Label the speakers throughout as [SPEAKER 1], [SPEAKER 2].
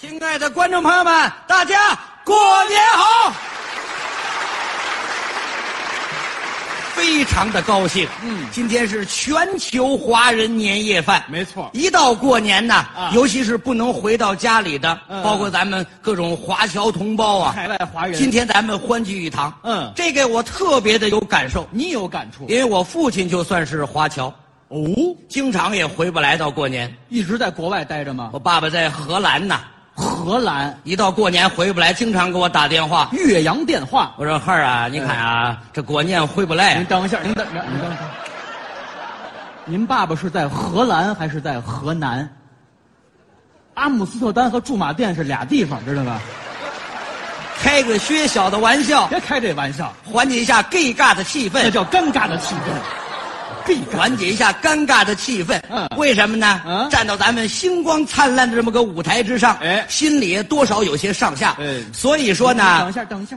[SPEAKER 1] 亲爱的观众朋友们，大家过年好！非常的高兴，嗯，今天是全球华人年夜饭，
[SPEAKER 2] 没错
[SPEAKER 1] 一到过年呐，
[SPEAKER 2] 啊
[SPEAKER 1] 尤其是不能回到家里的，
[SPEAKER 2] 嗯
[SPEAKER 1] 包括咱们各种华侨同胞啊，
[SPEAKER 2] 海外华人
[SPEAKER 1] 今天咱们欢聚一堂，
[SPEAKER 2] 嗯
[SPEAKER 1] 这个我特别的有感受，
[SPEAKER 2] 你有感触
[SPEAKER 1] 因为我父亲就算是华侨，
[SPEAKER 2] 哦？
[SPEAKER 1] 经常也回不来到过年。
[SPEAKER 2] 一直在国外待着吗？
[SPEAKER 1] 我爸爸在荷兰呐，
[SPEAKER 2] 荷兰
[SPEAKER 1] 一到过年回不来，经常给我打电话。
[SPEAKER 2] 岳阳电话。
[SPEAKER 1] 我说孩儿
[SPEAKER 2] 嗯
[SPEAKER 1] 啊，你看啊，这过年回不来
[SPEAKER 2] 您
[SPEAKER 1] 啊，
[SPEAKER 2] 等一下，您等，您等您等一下。哎您爸爸是在荷兰还是在河南？阿姆斯特丹和驻马店是俩地方，知道吧？
[SPEAKER 1] 开个薛小的玩笑，
[SPEAKER 2] 别开这玩笑，
[SPEAKER 1] 缓解一下尴尬的气
[SPEAKER 2] 那
[SPEAKER 1] 氛，
[SPEAKER 2] 叫尴尬的气氛。必尴
[SPEAKER 1] 缓解一下尴尬的气氛。
[SPEAKER 2] 嗯
[SPEAKER 1] 为什么呢？
[SPEAKER 2] 嗯
[SPEAKER 1] 站到咱们星光灿烂的这么个舞台之上，
[SPEAKER 2] 哎
[SPEAKER 1] 心里多少有些上下。
[SPEAKER 2] 哎嗯
[SPEAKER 1] 所以说
[SPEAKER 2] 等
[SPEAKER 1] 呢
[SPEAKER 2] 一，下，等一下。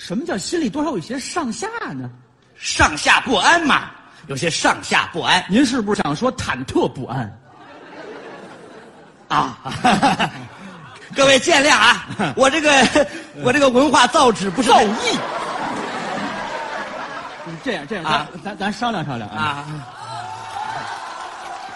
[SPEAKER 2] 什么叫心里多少有些上下呢？
[SPEAKER 1] 上下不安嘛，有些上下不安
[SPEAKER 2] 您是不是想说忐忑不安？
[SPEAKER 1] 啊。 各位见谅
[SPEAKER 2] 嗯
[SPEAKER 1] 啊，我这个我这个文化造诣不是
[SPEAKER 2] 造
[SPEAKER 1] 很
[SPEAKER 2] 诣。你哎这样这样，
[SPEAKER 1] 啊
[SPEAKER 2] 咱咱咱商量商量啊。
[SPEAKER 1] 啊，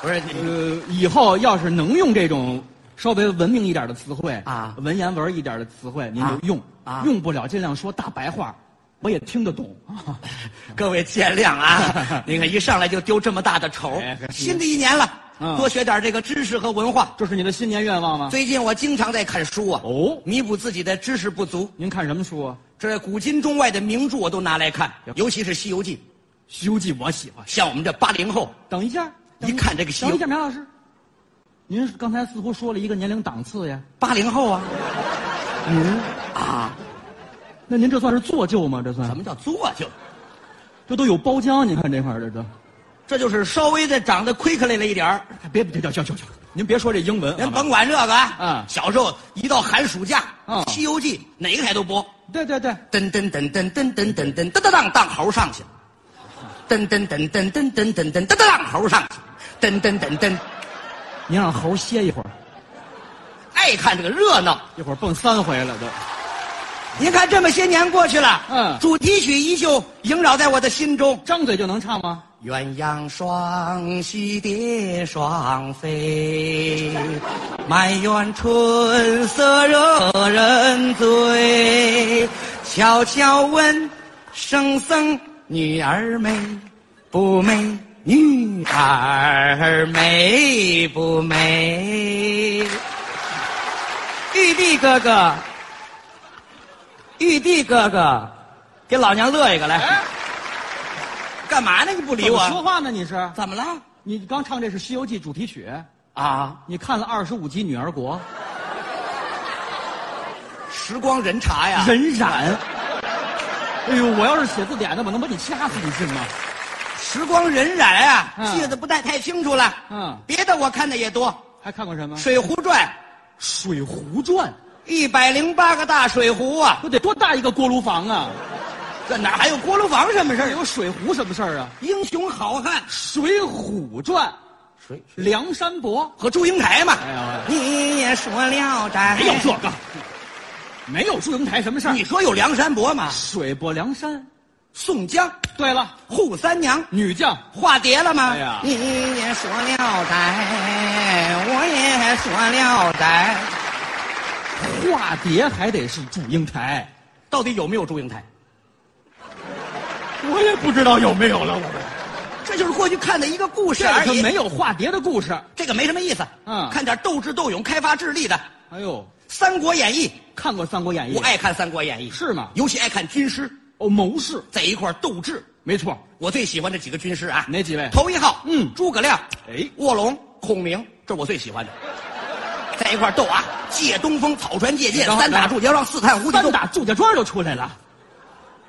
[SPEAKER 1] 不是你
[SPEAKER 2] 呃，以后要是能用这种稍微文明一点的词汇
[SPEAKER 1] 啊
[SPEAKER 2] 文言文一点的词汇，您
[SPEAKER 1] 啊
[SPEAKER 2] 就用
[SPEAKER 1] 啊
[SPEAKER 2] 用不了尽量说大白话，我也听得懂。
[SPEAKER 1] 各位见谅啊！你看一上来就丢这么大的仇
[SPEAKER 2] 哎，
[SPEAKER 1] 新的一年了，
[SPEAKER 2] 嗯
[SPEAKER 1] 多学点这个知识和文化。
[SPEAKER 2] 这是你的新年愿望吗？
[SPEAKER 1] 最近我经常在看书啊，
[SPEAKER 2] 哦
[SPEAKER 1] 弥补自己的知识不足。
[SPEAKER 2] 您看什么书啊？
[SPEAKER 1] 这古今中外的名著我都拿来看，尤其是《西游记》。
[SPEAKER 2] 《西游记》我喜欢。
[SPEAKER 1] 像我们这八零后，
[SPEAKER 2] 等一下，等
[SPEAKER 1] 一看这个西游
[SPEAKER 2] 等一下，苗老师，您刚才似乎说了一个年龄档次呀。
[SPEAKER 1] 八零后啊，
[SPEAKER 2] 嗯您，
[SPEAKER 1] 啊，
[SPEAKER 2] 那您这算是做旧吗？这算
[SPEAKER 1] 什么叫做就？
[SPEAKER 2] 这都有包浆，你看这块儿这都。
[SPEAKER 1] 这就是稍微的长得 quickly 了一点儿。
[SPEAKER 2] 哎别别别，叫叫叫！您别说这英文，
[SPEAKER 1] 您
[SPEAKER 2] 好吧
[SPEAKER 1] 甭管这个啊，
[SPEAKER 2] 嗯
[SPEAKER 1] 小时候一到寒暑假，
[SPEAKER 2] 嗯
[SPEAKER 1] 西游记》哪个台都播。
[SPEAKER 2] 对对对，
[SPEAKER 1] 噔噔噔噔噔噔噔噔噔噔当当猴上去，噔噔噔噔噔噔噔噔噔噔当猴上去，噔噔噔噔，
[SPEAKER 2] 您让猴歇一会儿，
[SPEAKER 1] 爱看这个热闹。
[SPEAKER 2] 一会儿蹦三回了都。
[SPEAKER 1] 您看这么些年过去了，
[SPEAKER 2] 嗯
[SPEAKER 1] 主题曲依旧萦绕在我的心中。
[SPEAKER 2] 张嘴就能唱吗？
[SPEAKER 1] 鸳鸯双栖蝶双飞，满园春色惹人醉。悄悄问圣僧：女儿美不美？女儿美不美？玉帝哥哥，玉帝哥哥，给老娘乐一个来！干嘛呢？你不理
[SPEAKER 2] 啊怎
[SPEAKER 1] 我？
[SPEAKER 2] 么说话呢？你是？
[SPEAKER 1] 怎么了？
[SPEAKER 2] 你刚唱这是《西游记》主题曲，
[SPEAKER 1] 啊，
[SPEAKER 2] 你看了二十五集《女儿国
[SPEAKER 1] 时光荏茶》，呀！
[SPEAKER 2] 人染。哎呦，我要是写字典的，我能把你掐死，你信吗？
[SPEAKER 1] 时光荏苒啊，
[SPEAKER 2] 嗯
[SPEAKER 1] 记得不太太清楚了。
[SPEAKER 2] 嗯
[SPEAKER 1] 别的我看的也多，
[SPEAKER 2] 还看过什么？
[SPEAKER 1] 《
[SPEAKER 2] 《
[SPEAKER 1] 水浒传
[SPEAKER 2] 水浒传》，》
[SPEAKER 1] 一百零八个大水壶啊，
[SPEAKER 2] 我得多大一个锅炉房啊！
[SPEAKER 1] 这哪还有锅炉房什么事
[SPEAKER 2] 这
[SPEAKER 1] 儿？
[SPEAKER 2] 有水浒什么事儿啊？
[SPEAKER 1] 英雄好汉
[SPEAKER 2] 《水浒传》，
[SPEAKER 1] 水
[SPEAKER 2] 梁山伯。
[SPEAKER 1] 和祝英台嘛
[SPEAKER 2] 哎呀。
[SPEAKER 1] 你也说聊斋，
[SPEAKER 2] 没有这个，没有祝英台什么事儿
[SPEAKER 1] 你。说有梁山伯吗？
[SPEAKER 2] 水泊梁山。
[SPEAKER 1] 宋江、
[SPEAKER 2] 对了，
[SPEAKER 1] 扈三娘。
[SPEAKER 2] 女将
[SPEAKER 1] 化蝶了吗？
[SPEAKER 2] 哎呀
[SPEAKER 1] 你也说聊斋，我也说聊斋，
[SPEAKER 2] 化蝶还得是祝英台，
[SPEAKER 1] 到底有没有祝英台？
[SPEAKER 2] 我也不知道有没有了。我们
[SPEAKER 1] 这就是过去看的一个故事
[SPEAKER 2] 这
[SPEAKER 1] 而
[SPEAKER 2] 可
[SPEAKER 1] 已，
[SPEAKER 2] 没有化蝶的故事。
[SPEAKER 1] 这个没什么意思。
[SPEAKER 2] 嗯
[SPEAKER 1] 看点斗智斗勇、开发智力的《
[SPEAKER 2] 哎呦，
[SPEAKER 1] 三国演义
[SPEAKER 2] 看过《三国演义》？
[SPEAKER 1] 我爱看《三国演义》，
[SPEAKER 2] 哎是吗
[SPEAKER 1] 尤其爱看军师
[SPEAKER 2] 哦，谋士，
[SPEAKER 1] 在一块儿斗智。
[SPEAKER 2] 没错。
[SPEAKER 1] 我最喜欢这几个军师啊，
[SPEAKER 2] 哪几位
[SPEAKER 1] 头一号，
[SPEAKER 2] 嗯
[SPEAKER 1] 诸葛亮，
[SPEAKER 2] 哎
[SPEAKER 1] 卧龙、孔明，这是我最喜欢的，在一块儿斗啊，借东风，草船借箭
[SPEAKER 2] 然，后
[SPEAKER 1] 三打
[SPEAKER 2] 然后
[SPEAKER 1] 祝家庄，四探无底
[SPEAKER 2] 单
[SPEAKER 1] 洞。
[SPEAKER 2] 打祝家庄就出来了，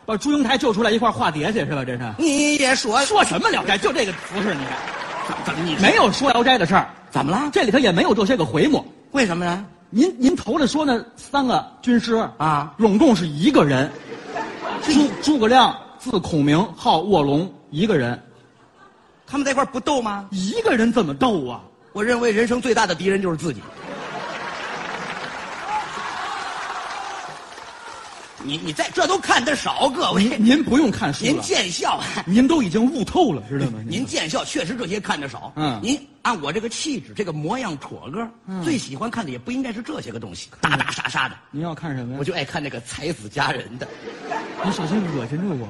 [SPEAKER 2] 把祝英台救出来一块儿化蝶去是吧？这是
[SPEAKER 1] 你也说
[SPEAKER 2] 说什么《聊斋》？就这个服饰，你看
[SPEAKER 1] 怎么你
[SPEAKER 2] 没有说《聊斋》的事儿，
[SPEAKER 1] 怎么了？
[SPEAKER 2] 这里头也没有这些个回目。
[SPEAKER 1] 为什么呢？
[SPEAKER 2] 您您头里说那三个军师
[SPEAKER 1] 啊
[SPEAKER 2] 拢共是一个人，诸诸葛亮字孔明，号卧龙，一个人，
[SPEAKER 1] 他们在一块儿不斗吗？
[SPEAKER 2] 一个人怎么斗啊？
[SPEAKER 1] 我认为人生最大的敌人就是自己。你你在这都看得少，各位，
[SPEAKER 2] 您不用看书了，
[SPEAKER 1] 您见笑，啊
[SPEAKER 2] 您都已经悟透了，知道吗？
[SPEAKER 1] 您见笑确实这些看得少。
[SPEAKER 2] 嗯
[SPEAKER 1] 您按我这个气质、这个模样、妥个儿，最喜欢看的也不应该是这些个东
[SPEAKER 2] 嗯
[SPEAKER 1] 西，打打杀杀的，
[SPEAKER 2] 您要看什么呀
[SPEAKER 1] 我？就爱看那个才子佳人的。
[SPEAKER 2] 你小心恶心着我。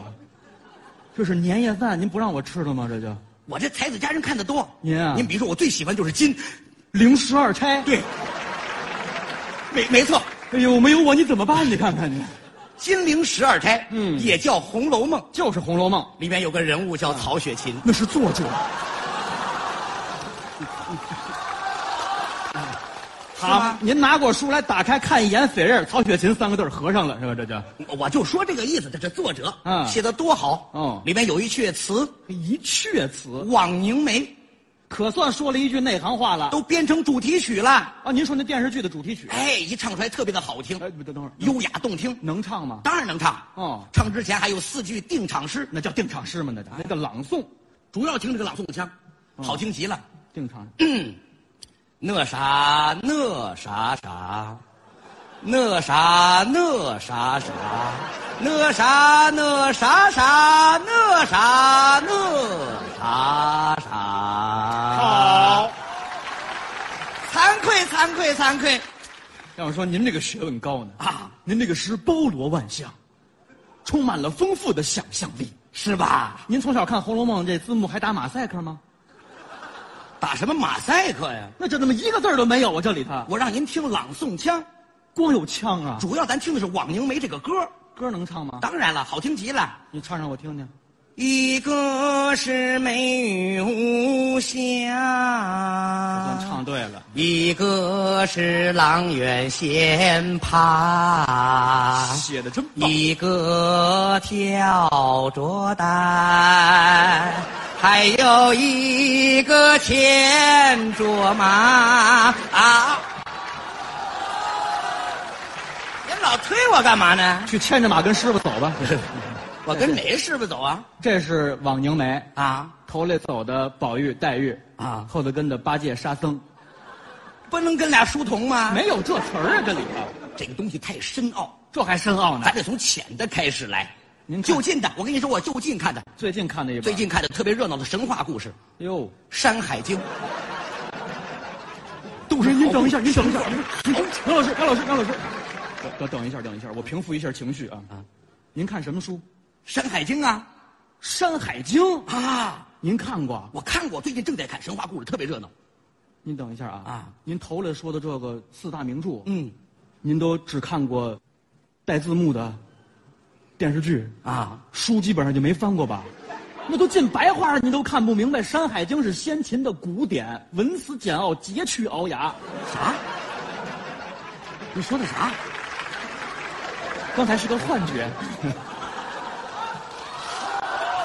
[SPEAKER 2] 这是年夜饭，您不让我吃了吗？这就
[SPEAKER 1] 我这才子佳人看得多。
[SPEAKER 2] 您啊
[SPEAKER 1] 您比如说，我最喜欢就是金，
[SPEAKER 2] 零十二钗。
[SPEAKER 1] 对，没没错，
[SPEAKER 2] 哎呦，没有我你怎么办？你看看你，
[SPEAKER 1] 金陵十二钗，
[SPEAKER 2] 嗯
[SPEAKER 1] 也叫《红楼梦》，
[SPEAKER 2] 就是《红楼梦》，
[SPEAKER 1] 里面有个人物叫
[SPEAKER 2] 啊
[SPEAKER 1] 曹雪芹。
[SPEAKER 2] 那是作者。
[SPEAKER 1] 是吗，
[SPEAKER 2] 您拿过书来，打开看一眼，扉页，曹雪芹三个字儿合上了，是吧？这就
[SPEAKER 1] 我就说这个意思，这这作者
[SPEAKER 2] 嗯
[SPEAKER 1] 写的多好。
[SPEAKER 2] 哦
[SPEAKER 1] 里面有一阙词
[SPEAKER 2] 一阙词
[SPEAKER 1] 《枉凝眉》，
[SPEAKER 2] 可算说了一句内行话了。
[SPEAKER 1] 都编成主题曲了。
[SPEAKER 2] 啊，您说那电视剧的主题曲？
[SPEAKER 1] 哎，一唱出来特别的好听，
[SPEAKER 2] 哎，等等会儿，
[SPEAKER 1] 优雅动听，
[SPEAKER 2] 能唱吗？
[SPEAKER 1] 当然能唱。
[SPEAKER 2] 哦
[SPEAKER 1] 唱之前还有四句定场诗，
[SPEAKER 2] 那叫定场诗吗？那叫那叫朗诵，
[SPEAKER 1] 主要听这个朗诵腔，
[SPEAKER 2] 哦
[SPEAKER 1] 好听极了。
[SPEAKER 2] 定场。
[SPEAKER 1] 那啥那啥啥，那啥那啥啥，那啥那啥啥，那啥那啥啥。，
[SPEAKER 2] 好，
[SPEAKER 1] 惭愧惭愧惭愧。
[SPEAKER 2] 要说您这个学问高呢
[SPEAKER 1] 啊，
[SPEAKER 2] 您这个诗包罗万象，充满了丰富的想象力。
[SPEAKER 1] 是吧？
[SPEAKER 2] 您从小看《红楼梦》这字幕还打马赛克吗？
[SPEAKER 1] 打什么马赛克呀？
[SPEAKER 2] 那这怎么一个字儿都没有啊？这里头
[SPEAKER 1] 我让您听朗诵腔，
[SPEAKER 2] 光有腔啊！
[SPEAKER 1] 主要咱听的是《枉凝眉》这个歌。
[SPEAKER 2] 歌能唱吗？
[SPEAKER 1] 当然了，好听极了。
[SPEAKER 2] 你唱唱我听听。
[SPEAKER 1] 一个是美玉无
[SPEAKER 2] 算
[SPEAKER 1] 瑕，
[SPEAKER 2] 唱对了。
[SPEAKER 1] 一个是阆苑仙葩，
[SPEAKER 2] 写的真棒！
[SPEAKER 1] 一个挑着担，还有一个牵着马啊！您老推我干嘛 呢？
[SPEAKER 2] 去牵着马跟师傅走吧。
[SPEAKER 1] 我跟哪个师傅走啊？
[SPEAKER 2] 这是枉凝眉，
[SPEAKER 1] 啊，
[SPEAKER 2] 头里走的宝玉、黛玉
[SPEAKER 1] 啊
[SPEAKER 2] 后头跟着八戒、沙僧，
[SPEAKER 1] 不能跟俩书童吗？
[SPEAKER 2] 没有这词儿啊，这里头，
[SPEAKER 1] 这个东西太深奥，
[SPEAKER 2] 这还深奥呢
[SPEAKER 1] 咱。得从浅的开始来。
[SPEAKER 2] 您看
[SPEAKER 1] 就近的，我跟你说，我就近看的，
[SPEAKER 2] 最近看的一本，
[SPEAKER 1] 最近看的特别热闹的神话故事《
[SPEAKER 2] 哟，
[SPEAKER 1] 山海经》，
[SPEAKER 2] 杜神，您等一下，您等一下，杨老师，杨老师，杨老师，等等一下，等一下，我平复一下情绪啊。
[SPEAKER 1] 啊
[SPEAKER 2] 您看什么书？《
[SPEAKER 1] 《山海经》啊
[SPEAKER 2] 山海经》，
[SPEAKER 1] 啊！
[SPEAKER 2] 您看过啊？
[SPEAKER 1] 我看过，最近正在看神话故事，特别热闹。
[SPEAKER 2] 您等一下啊
[SPEAKER 1] 啊！
[SPEAKER 2] 您头里说的这个四大名著，
[SPEAKER 1] 嗯
[SPEAKER 2] 您都只看过带字幕的电视剧，
[SPEAKER 1] 啊，
[SPEAKER 2] 书基本上就没翻过吧？那都进白话了，你都看不明白。《山海经》是先秦的古典，文辞简奥，佶屈聱牙。
[SPEAKER 1] 啥？你说的啥？
[SPEAKER 2] 刚才是个幻觉，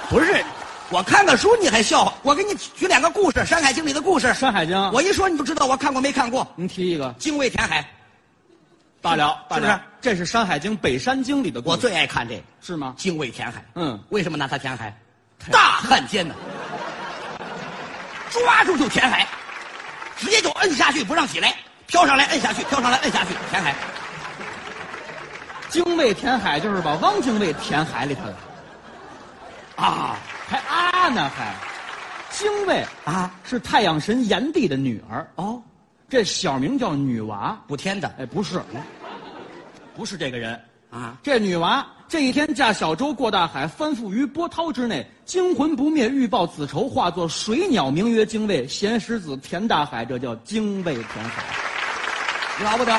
[SPEAKER 1] 不是，我看个书你还笑话？我给你举两个故事，《山海经》里的故事。
[SPEAKER 2] 《山海啊经》
[SPEAKER 1] 我一说你就知道我看过没看过，《
[SPEAKER 2] 您提一个，
[SPEAKER 1] 精卫填海》，
[SPEAKER 2] 罢了，
[SPEAKER 1] 是
[SPEAKER 2] 罢
[SPEAKER 1] 不是
[SPEAKER 2] 了。嗯这是《山海经》《北山经》里的故事，
[SPEAKER 1] 我最爱看这个。
[SPEAKER 2] 是吗？
[SPEAKER 1] 精卫填海。
[SPEAKER 2] 嗯
[SPEAKER 1] 为什么拿它填海？大汉奸呐，抓住就填海，直接就摁下去不让起来，飘上来摁下去，飘上来摁下去，填海。
[SPEAKER 2] 精卫填海就是把汪精卫填海里头了，
[SPEAKER 1] 啊
[SPEAKER 2] 还啊呢还，精卫
[SPEAKER 1] 啊
[SPEAKER 2] 是太阳神炎帝的女儿，
[SPEAKER 1] 哦，
[SPEAKER 2] 这小名叫女娃。
[SPEAKER 1] 补天的
[SPEAKER 2] 哎，不是，不是这个人。
[SPEAKER 1] 啊，
[SPEAKER 2] 这女娃这一天驾小舟过大海，翻覆于波涛之内，惊魂不灭，欲报子仇，化作水鸟，名曰精卫，衔石子填大海，这叫精卫填海。
[SPEAKER 1] 了不得，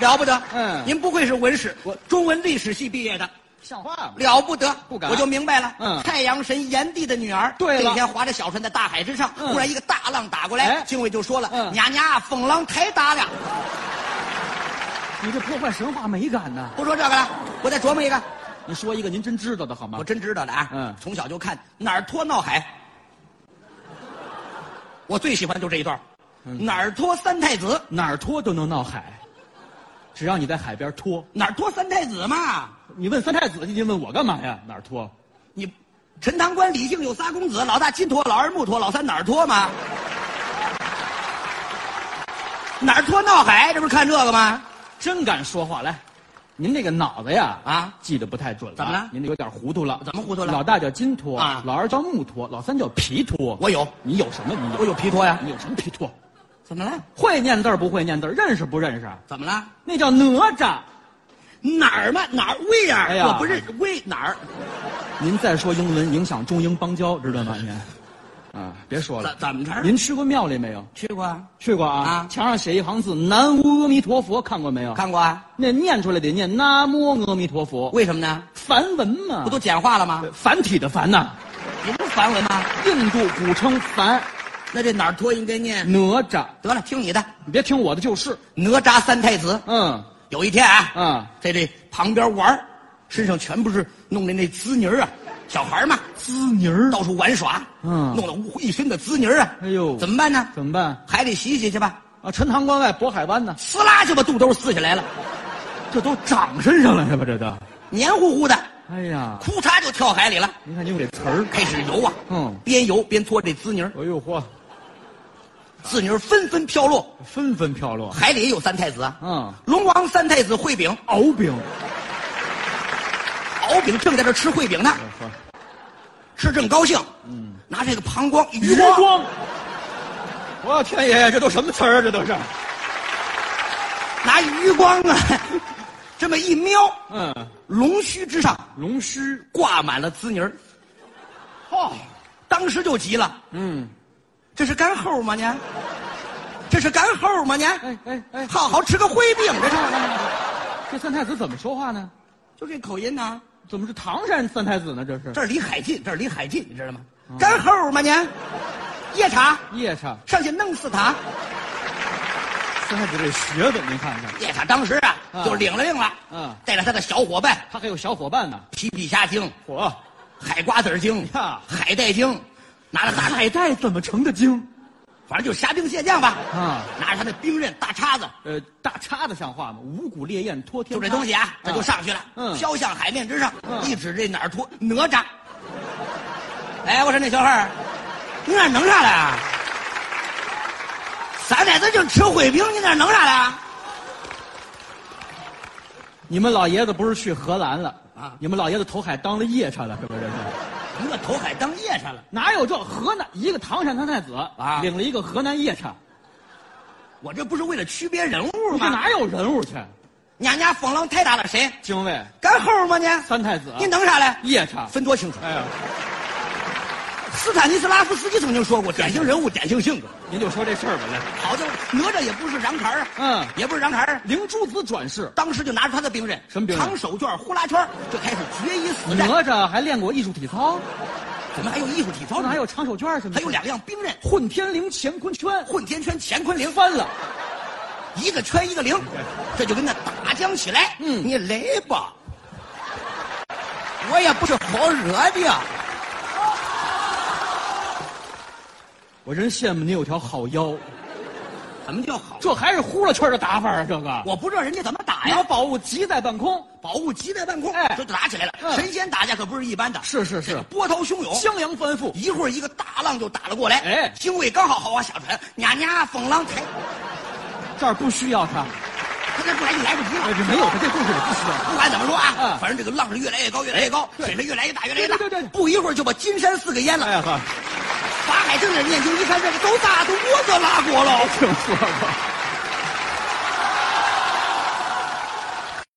[SPEAKER 1] 了不得。
[SPEAKER 2] 嗯
[SPEAKER 1] 您不愧是文史，
[SPEAKER 2] 我
[SPEAKER 1] 中文历史系毕业的。
[SPEAKER 2] 像话吗？
[SPEAKER 1] 了不得，
[SPEAKER 2] 不敢
[SPEAKER 1] 我就明白了。
[SPEAKER 2] 嗯
[SPEAKER 1] 太阳神炎帝的女儿，
[SPEAKER 2] 对了
[SPEAKER 1] 那天划着小船在大海之上，
[SPEAKER 2] 嗯
[SPEAKER 1] 忽然一个大浪打过来，
[SPEAKER 2] 哎
[SPEAKER 1] 精卫就说了：“
[SPEAKER 2] 嗯
[SPEAKER 1] 娘啊娘，风浪太大了。”
[SPEAKER 2] 你这破坏神话美感呐！
[SPEAKER 1] 不说这个了，我再琢磨一个。
[SPEAKER 2] 你说一个您真知道的好吗
[SPEAKER 1] 我？真知道了啊，
[SPEAKER 2] 嗯
[SPEAKER 1] 从小就看哪儿拖闹海，我最喜欢就这一段儿，哪儿拖三太子，
[SPEAKER 2] 哪儿拖都能闹海，只要你在海边拖。
[SPEAKER 1] 哪儿拖三太子嘛，
[SPEAKER 2] 你问三太子，你问我干嘛呀？哪儿拖？
[SPEAKER 1] 你陈塘关李靖有仨公子，老大金拖，老二木拖，老三哪儿拖嘛？哪儿拖闹海，这不是看这个吗？
[SPEAKER 2] 真敢说话来！您这个脑子呀
[SPEAKER 1] 啊
[SPEAKER 2] 记得不太准了，
[SPEAKER 1] 怎么了
[SPEAKER 2] 您这有点糊涂了。
[SPEAKER 1] 怎么糊涂了
[SPEAKER 2] 老大叫金托
[SPEAKER 1] 啊
[SPEAKER 2] 老二叫木托，老三叫皮托。
[SPEAKER 1] 我有，
[SPEAKER 2] 你有什么？你有
[SPEAKER 1] 我有皮托呀
[SPEAKER 2] 你有什么皮托？
[SPEAKER 1] 怎么了？
[SPEAKER 2] 会念字儿不会念字儿？认识不认识？啊
[SPEAKER 1] 怎么了？
[SPEAKER 2] 那叫哪吒。
[SPEAKER 1] 哪儿嘛？哪儿？Where？、
[SPEAKER 2] 哎呀
[SPEAKER 1] 我不是 Where 哪儿？
[SPEAKER 2] 您再说英文影响中英邦交，知道吗？您，啊，别说了
[SPEAKER 1] 怎。怎么着？
[SPEAKER 2] 您吃过庙里没有？
[SPEAKER 1] 去过啊？
[SPEAKER 2] 去过啊？
[SPEAKER 1] 啊
[SPEAKER 2] 墙上写一行字“南无阿弥陀佛”，看过没有？
[SPEAKER 1] 看过啊？
[SPEAKER 2] 那念出来得念“南无阿弥陀佛
[SPEAKER 1] 为什么呢？”，
[SPEAKER 2] 梵文嘛，
[SPEAKER 1] 不都简化了吗？
[SPEAKER 2] 繁体的繁呐。
[SPEAKER 1] 你不是梵文吗？
[SPEAKER 2] 印度古称梵
[SPEAKER 1] 那这哪儿托应该念？
[SPEAKER 2] 哪吒，
[SPEAKER 1] 得了，听你的。
[SPEAKER 2] 你别听我的就是，
[SPEAKER 1] 哪吒三太子
[SPEAKER 2] 嗯
[SPEAKER 1] 有一天啊，
[SPEAKER 2] 嗯，
[SPEAKER 1] 在这旁边玩儿身上全部是弄的那滋泥儿啊，小孩儿嘛，
[SPEAKER 2] 滋泥儿
[SPEAKER 1] 到处玩耍，
[SPEAKER 2] 嗯
[SPEAKER 1] 弄得一身的滋泥儿啊，
[SPEAKER 2] 哎呦
[SPEAKER 1] 怎么办呢？
[SPEAKER 2] 怎么办
[SPEAKER 1] 海里洗洗去吧，
[SPEAKER 2] 啊？陈塘关外渤海湾呢，
[SPEAKER 1] 撕拉就把肚兜撕下来了，
[SPEAKER 2] 这都长身上了是吧？这都，
[SPEAKER 1] 黏糊糊的，
[SPEAKER 2] 哎呀，
[SPEAKER 1] 哭嚓就跳海里了，
[SPEAKER 2] 您看您有这词儿，
[SPEAKER 1] 开始游啊，
[SPEAKER 2] 嗯
[SPEAKER 1] 边游边搓这滋泥儿，
[SPEAKER 2] 哎呦嚯，
[SPEAKER 1] 滋泥儿纷纷飘落，
[SPEAKER 2] 纷纷飘落，
[SPEAKER 1] 海里也有三太子啊，
[SPEAKER 2] 嗯，
[SPEAKER 1] 龙王三太子烩饼，
[SPEAKER 2] 敖丙，
[SPEAKER 1] 敖丙正在这吃烩饼
[SPEAKER 2] 哎
[SPEAKER 1] 呢，吃正高兴，嗯，拿这个膀胱余光。
[SPEAKER 2] 光，我天爷爷，这都什么词儿啊？这都是，
[SPEAKER 1] 拿余光啊， 这么一瞄，
[SPEAKER 2] 嗯，
[SPEAKER 1] 龙须之上
[SPEAKER 2] 龙须，
[SPEAKER 1] 挂满了滋泥儿，哦
[SPEAKER 2] 嚯，
[SPEAKER 1] 当时就急了，
[SPEAKER 2] 嗯，
[SPEAKER 1] 这是干猴吗呢？这是干猴吗呢？
[SPEAKER 2] 哎哎哎，
[SPEAKER 1] 好好吃个灰饼，这是
[SPEAKER 2] 这三太子怎么说话呢？
[SPEAKER 1] 就这口音呢、
[SPEAKER 2] 怎么是唐山三太子呢？这是
[SPEAKER 1] 这儿离海近，这儿离海近，你知道吗？干猴吗呢？夜叉
[SPEAKER 2] 夜叉，
[SPEAKER 1] 上去弄死他！
[SPEAKER 2] 三太子这学问，您看看，
[SPEAKER 1] 夜叉当时啊
[SPEAKER 2] 啊
[SPEAKER 1] 就领了令了，
[SPEAKER 2] 嗯
[SPEAKER 1] 带着他的小伙伴
[SPEAKER 2] 他还有小伙伴呢，
[SPEAKER 1] 皮皮虾精、
[SPEAKER 2] 嚯！
[SPEAKER 1] 海瓜子精、
[SPEAKER 2] 呀啊
[SPEAKER 1] 海带精，拿着大
[SPEAKER 2] 海带怎么成的精？
[SPEAKER 1] 反正就虾兵蟹将吧。
[SPEAKER 2] 啊
[SPEAKER 1] 拿着他那兵刃、大叉子，
[SPEAKER 2] 呃，大叉子像话吗？五谷烈焰托天，
[SPEAKER 1] 就这东西啊，他就。上去了，
[SPEAKER 2] 嗯
[SPEAKER 1] 飘向海面之上，
[SPEAKER 2] 嗯
[SPEAKER 1] 一指这哪儿托哪吒。哎，我说那小孩儿，你哪弄啥来啊？三太子净吃烩饼，你哪弄啥来啊？
[SPEAKER 2] 你们老爷子不是去荷兰了
[SPEAKER 1] 啊
[SPEAKER 2] 你们老爷子投海当了夜叉了，是不是？
[SPEAKER 1] 一个投海当夜叉了，
[SPEAKER 2] 哪有这河南一个唐山三太子
[SPEAKER 1] 啊
[SPEAKER 2] 领了一个河南夜叉，
[SPEAKER 1] 我这不是为了区别人物
[SPEAKER 2] 这
[SPEAKER 1] 吗？
[SPEAKER 2] 哪有人物去？
[SPEAKER 1] 娘家风浪太大了，谁
[SPEAKER 2] 精卫
[SPEAKER 1] 干猴吗你？
[SPEAKER 2] 三太子，
[SPEAKER 1] 你弄啥来？
[SPEAKER 2] 夜叉。
[SPEAKER 1] 分多清楚。
[SPEAKER 2] 哎呀，
[SPEAKER 1] 斯坦尼斯拉夫斯基曾经说过，典型人物，典型性格。
[SPEAKER 2] 您就说这事儿吧，来，
[SPEAKER 1] 好家伙，哪吒也不是瓤茬儿啊，
[SPEAKER 2] 嗯
[SPEAKER 1] 也不是瓤茬儿啊，
[SPEAKER 2] 灵珠子转世，
[SPEAKER 1] 当时就拿出他的兵刃，
[SPEAKER 2] 什么兵刃
[SPEAKER 1] 长手绢、呼啦圈，就开始决一死战。
[SPEAKER 2] 哪吒还练过艺术体操，
[SPEAKER 1] 怎么还有艺术体操
[SPEAKER 2] 哪
[SPEAKER 1] 呢？
[SPEAKER 2] 还有长手绢什么
[SPEAKER 1] 哦
[SPEAKER 2] 的？
[SPEAKER 1] 还有两样兵刃，
[SPEAKER 2] 混天绫乾坤圈，
[SPEAKER 1] 混天圈、乾坤铃，
[SPEAKER 2] 翻了。
[SPEAKER 1] 一个圈一个铃，这就跟那打将起来。
[SPEAKER 2] 嗯
[SPEAKER 1] 你来吧，我也不是好惹的。
[SPEAKER 2] 我真羡慕您有条好腰，
[SPEAKER 1] 怎么叫好？
[SPEAKER 2] 这还是呼啦圈的打法啊！这个，
[SPEAKER 1] 我不知道人家怎么打
[SPEAKER 2] 你要
[SPEAKER 1] 呀。
[SPEAKER 2] 宝物急在半空，
[SPEAKER 1] 宝物急在半空，
[SPEAKER 2] 嗯哎
[SPEAKER 1] 这就打起来了。
[SPEAKER 2] 嗯
[SPEAKER 1] 神仙打架可不是一般的，
[SPEAKER 2] 是是是，
[SPEAKER 1] 波涛汹涌。
[SPEAKER 2] 江洋翻覆，
[SPEAKER 1] 一会儿一个大浪就打了过来，
[SPEAKER 2] 哎
[SPEAKER 1] 精卫刚好好往下船，呀呀，风浪抬，
[SPEAKER 2] 这儿不需要他，
[SPEAKER 1] 他这不来就来不及了
[SPEAKER 2] 哎。这没有他这故事里不需要他。
[SPEAKER 1] 不管怎么说啊
[SPEAKER 2] 嗯，
[SPEAKER 1] 反正这个浪是越来越高，越来越高，
[SPEAKER 2] 哎对
[SPEAKER 1] 水是越来越大，越来越大
[SPEAKER 2] 对对对。对
[SPEAKER 1] 不一会儿就把金山寺给淹
[SPEAKER 2] 哎
[SPEAKER 1] 了。
[SPEAKER 2] 呀呵，
[SPEAKER 1] 法海正在念经，一看这个都大都我就拉锅了。
[SPEAKER 2] 听说过，